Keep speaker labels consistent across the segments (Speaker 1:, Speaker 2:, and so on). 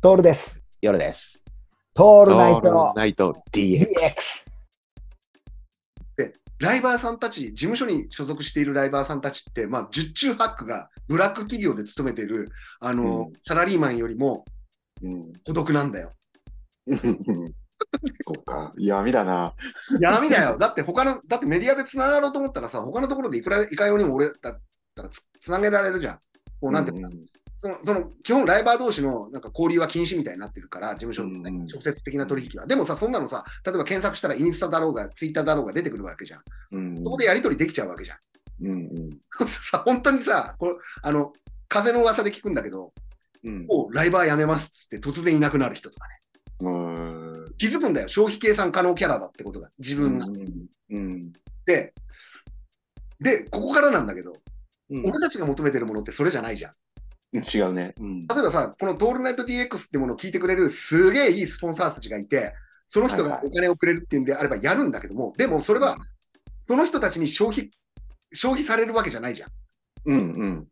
Speaker 1: トールです。
Speaker 2: 夜です。
Speaker 1: ト
Speaker 2: オ
Speaker 1: ールナイト
Speaker 2: ナイト DX。
Speaker 1: DX。
Speaker 3: ライバーさんたち、事務所に所属しているライバーさんたちって、まあ、十中八九がブラック企業で勤めている、あの、
Speaker 2: うん
Speaker 3: サラリーマンよりも
Speaker 2: うん。
Speaker 3: 孤独なんだよ。
Speaker 2: そっか。闇だな。
Speaker 3: 闇だよ。だって他の、だってメディアで繋がろうと思ったらさ、他のところでいくらいかようにも俺だったらつ繋げられるじゃん。こうなんていうの、そのその基本ライバー同士のなんか交流は禁止みたいになってるから、事務所の、ね
Speaker 2: うん
Speaker 3: 直接的な取引は。でもさ、そんなのさ、例えば検索したらインスタだろうが、ツイッターだろうが出てくるわけじゃん。
Speaker 2: うん
Speaker 3: そこでやり取りできちゃうわけじゃん。
Speaker 2: うんうん。
Speaker 3: さ本当にさ、これあの風の噂で聞くんだけど、
Speaker 2: うん
Speaker 3: もうライバーやめますっつって突然いなくなる人とかね。
Speaker 2: うん。
Speaker 3: 気づくんだよ。消費計算可能キャラだってことが。自分が。
Speaker 2: うん。
Speaker 3: で、で、ここからなんだけど、
Speaker 2: うん
Speaker 3: 俺たちが求めてるものってそれじゃないじゃん。
Speaker 2: 違うね。うん。
Speaker 3: 例えばさ、このトールナイト DX ってものを聞いてくれるすげえいいスポンサー筋がいて、その人
Speaker 2: はい
Speaker 3: が
Speaker 2: はい
Speaker 3: お金をくれるっていうんであればやるんだけども、でもそれはその人たちに消費、消費されるわけじゃないじゃん。
Speaker 2: うんうん。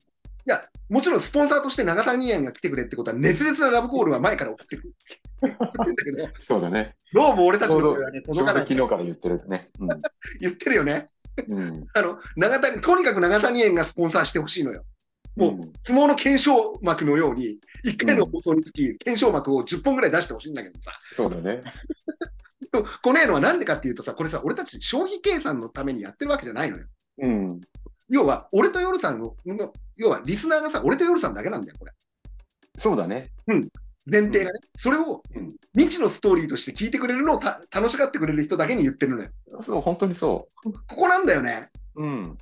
Speaker 3: もちろんスポンサーとして永谷園が来てくれってことは熱烈なラブコールは前から送ってくる。 送ってんだけど
Speaker 2: そうだね。
Speaker 3: どうも俺たちの声はね、
Speaker 2: ちょう
Speaker 3: 届
Speaker 2: ど
Speaker 3: かな
Speaker 2: 昨
Speaker 3: い。
Speaker 2: 日から言ってるね。
Speaker 3: 言ってるよね。
Speaker 2: うん。 うん
Speaker 3: あの、長谷、とにかく長谷園がスポンサーしてほしいのよ。もう相撲の検証幕のように、1回の放送につき、検証幕を10本ぐらい出してほしいんだけどさ、
Speaker 2: そうだね。
Speaker 3: でもこの絵のはなんでかっていうとさ、これさ、俺たち消費計算のためにやってるわけじゃないのよ。
Speaker 2: うん。
Speaker 3: 要は、俺と夜さんの、の要はリスナーがさ、俺と夜さんだけなんだよ、これ。
Speaker 2: そうだね。
Speaker 3: 前提がね。それを
Speaker 2: うん
Speaker 3: 未知のストーリーとして聞いてくれるのをた楽しがってくれる人だけに言ってるのよ。
Speaker 2: そう、本当にそ
Speaker 3: ここなんだよね。
Speaker 2: う。うん。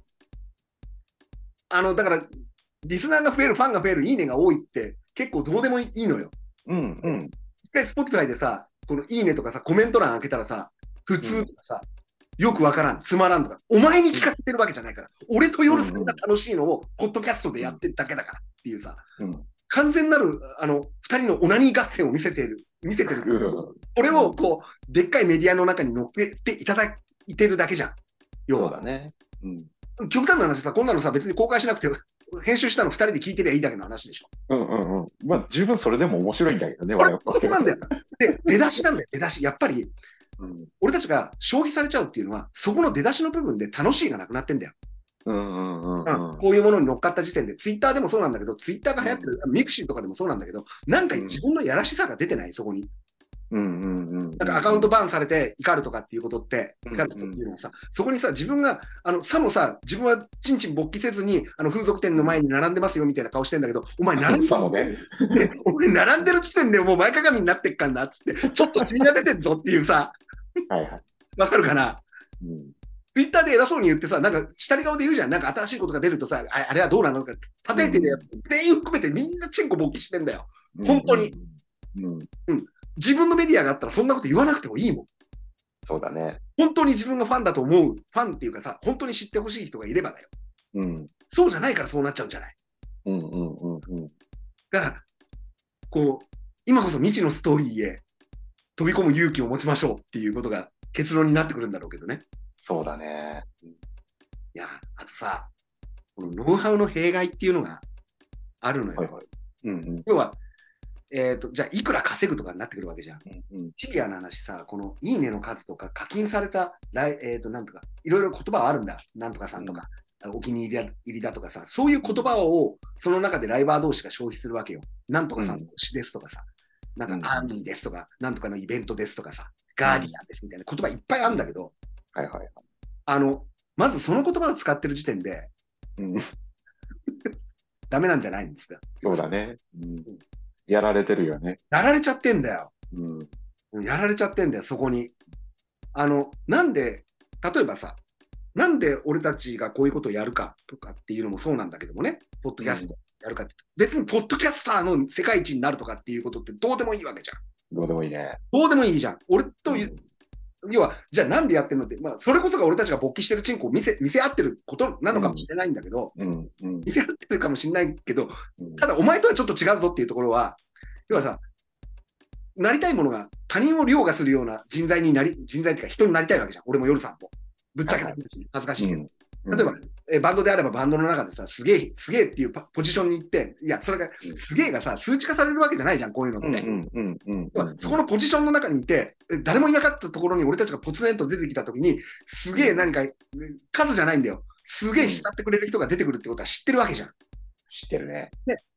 Speaker 3: あの、だから、リスナーが増える、ファンが増える、いいねが多いって、結構どうでもいいのよ。
Speaker 2: うんうん。
Speaker 3: 一回、Spotify でさ、このいいねとかさ、コメント欄開けたらさ、普通とかさ、よくわからん、つまらんとか、お前に聞かせてるわけじゃないから、俺と夜さんが楽しいのを、ポッドキャストでやってるだけだからっていうさ、
Speaker 2: うん
Speaker 3: 完全なる、あの、二人のオナニー合戦を見せている、見せてる。 これを、こう、でっかいメディアの中に乗っけていただいてるだけじゃん。要
Speaker 2: そう
Speaker 3: は
Speaker 2: だ。ね。うん。
Speaker 3: 極端な話さ、こんなのさ、別に公開しなくて、編集したの2人で聞いてりゃいいだけの話でしょ。
Speaker 2: うんうんうん。まあ、十分それでも面白いんだけどね、
Speaker 3: これ
Speaker 2: 我、々
Speaker 3: そこなんだよ。。で、出だしなんだよ、出だし。やっぱり、
Speaker 2: うん
Speaker 3: 俺たちが消費されちゃうっていうのは、そこの出だしの部分で楽しいがなくなってんだよ。
Speaker 2: うんうんうん
Speaker 3: うん
Speaker 2: うん。
Speaker 3: こういうものに乗っかった時点で、ツイッターでもそうなんだけど、ツイッターが流行ってる、ミクシーとかでもそうなんだけど、なんか
Speaker 2: うん
Speaker 3: 自分のやらしさが出てない、そこに。
Speaker 2: うんうんうん。
Speaker 3: なんかアカウントバーンされて怒るとかっていうことって、
Speaker 2: うん
Speaker 3: 怒るとっていうのはさ、そこにさ、自分が、あの、さもさ、自分はちんちん勃起せずに、あの、風俗店の前に並んでますよみたいな顔してんだけど、お前 並んで
Speaker 2: さもね。
Speaker 3: で俺並んでる時点でもう前かがみになってっかんなっつってちょっと染みが出てんぞっていうさ
Speaker 2: はいはい。
Speaker 3: わかるかな
Speaker 2: うん
Speaker 3: ツイッターで偉そうに言ってさなんか下り顔で言うじゃんなんか新しいことが出るとさああれはどうなのか叩いてるやつ全員含めてみんなチンコ勃起してんだよ本当に。
Speaker 2: うん。
Speaker 3: 自分のメディアがあったらそんなこと言わなくてもいいもん
Speaker 2: そうだね。
Speaker 3: 本当に自分がファンだと思うファンっていうかさ本当に知ってほしい人がいればだよ
Speaker 2: うん。
Speaker 3: そうじゃないからそうなっちゃうんじゃない
Speaker 2: うんうんうんうん。
Speaker 3: だからこう今こそ未知のストーリーへ飛び込む勇気を持ちましょうっていうことが結論になってくるんだろうけどね
Speaker 2: そうだね。
Speaker 3: いや、あとさ、このノウハウの弊害っていうのがあるのよ。
Speaker 2: はいはい。うんうん
Speaker 3: 要は、えっ、と、じゃあ、いくら稼ぐとかになってくるわけじゃん。
Speaker 2: うん
Speaker 3: シビアな話さ、このいいねの数とか、課金されたライ、えっ、と、なんとか、いろいろ言葉はあるんだ。なんとかさんとか、お気に入りだ入りだとかさ、そういう言葉を、その中でライバー同士が消費するわけよ。なんとかさんの推しですとかさ、なんかアーミーですとか、なんとかのイベントですとかさ、ガーディアンですみたいな言葉いっぱいあるんだけど、
Speaker 2: はいはい。
Speaker 3: あの、まずその言葉を使ってる時点で、
Speaker 2: うん
Speaker 3: ダメなんじゃないんですか
Speaker 2: そうだね。うんやられてるよね。
Speaker 3: やられちゃってんだよ。
Speaker 2: うん。
Speaker 3: やられちゃってんだよ、そこに。あの、なんで、例えばさ、なんで俺たちがこういうことをやるかとかっていうのもそうなんだけどもね、ポッドキャストやるかって、別にポッドキャスターの世界一になるとかっていうことってどうでもいいわけじゃん。
Speaker 2: どうでもいいね。
Speaker 3: どうでもいいじゃん。俺というう、要は、じゃあなんでやってるのって、まあ、それこそが俺たちが勃起してるチンコを見せ見せ合ってることなのかもしれないんだけど、
Speaker 2: うんうん
Speaker 3: 見せ合ってるかもしれないけど、
Speaker 2: うん
Speaker 3: ただお前とはちょっと違うぞっていうところは、要はさ、なりたいものが他人を凌駕するような人材になり、人材っていうか人になりたいわけじゃん。俺も夜さんも。ぶっちゃけた話、恥ずかしいけど。
Speaker 2: うん
Speaker 3: 例えば、えーバンドであればバンドの中でさ、すげえ、すげえっていうパポジションに行って、いや、それが
Speaker 2: う、ん
Speaker 3: すげえがさ、数値化されるわけじゃないじゃん、こういうのって。
Speaker 2: うんうんうん
Speaker 3: 要
Speaker 2: う
Speaker 3: は
Speaker 2: ん。
Speaker 3: そこのポジションの中にいて、え誰もいなかったところに俺たちがポツンと出てきたときに、すげえ何か、え数じゃないんだよ。すげえ慕ってくれる人が出てくるってことは知ってるわけじゃん。
Speaker 2: 知ってるね。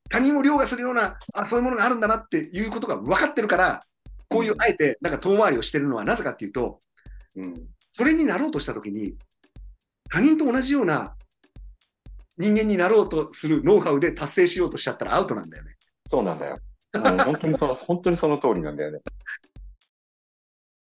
Speaker 3: 他人を凌駕するような、あ、そういうものがあるんだなっていうことが分かってるから、こういう、あえて、なんか遠回りをしてるのはなぜかっていうと、
Speaker 2: うん。
Speaker 3: それになろうとしたときに、他人と同じような人間になろうとするノウハウで達成しようとしちゃったらアウトなんだよね。
Speaker 2: そうなんだよ。もう本当にその、本当にその通りなんだよね。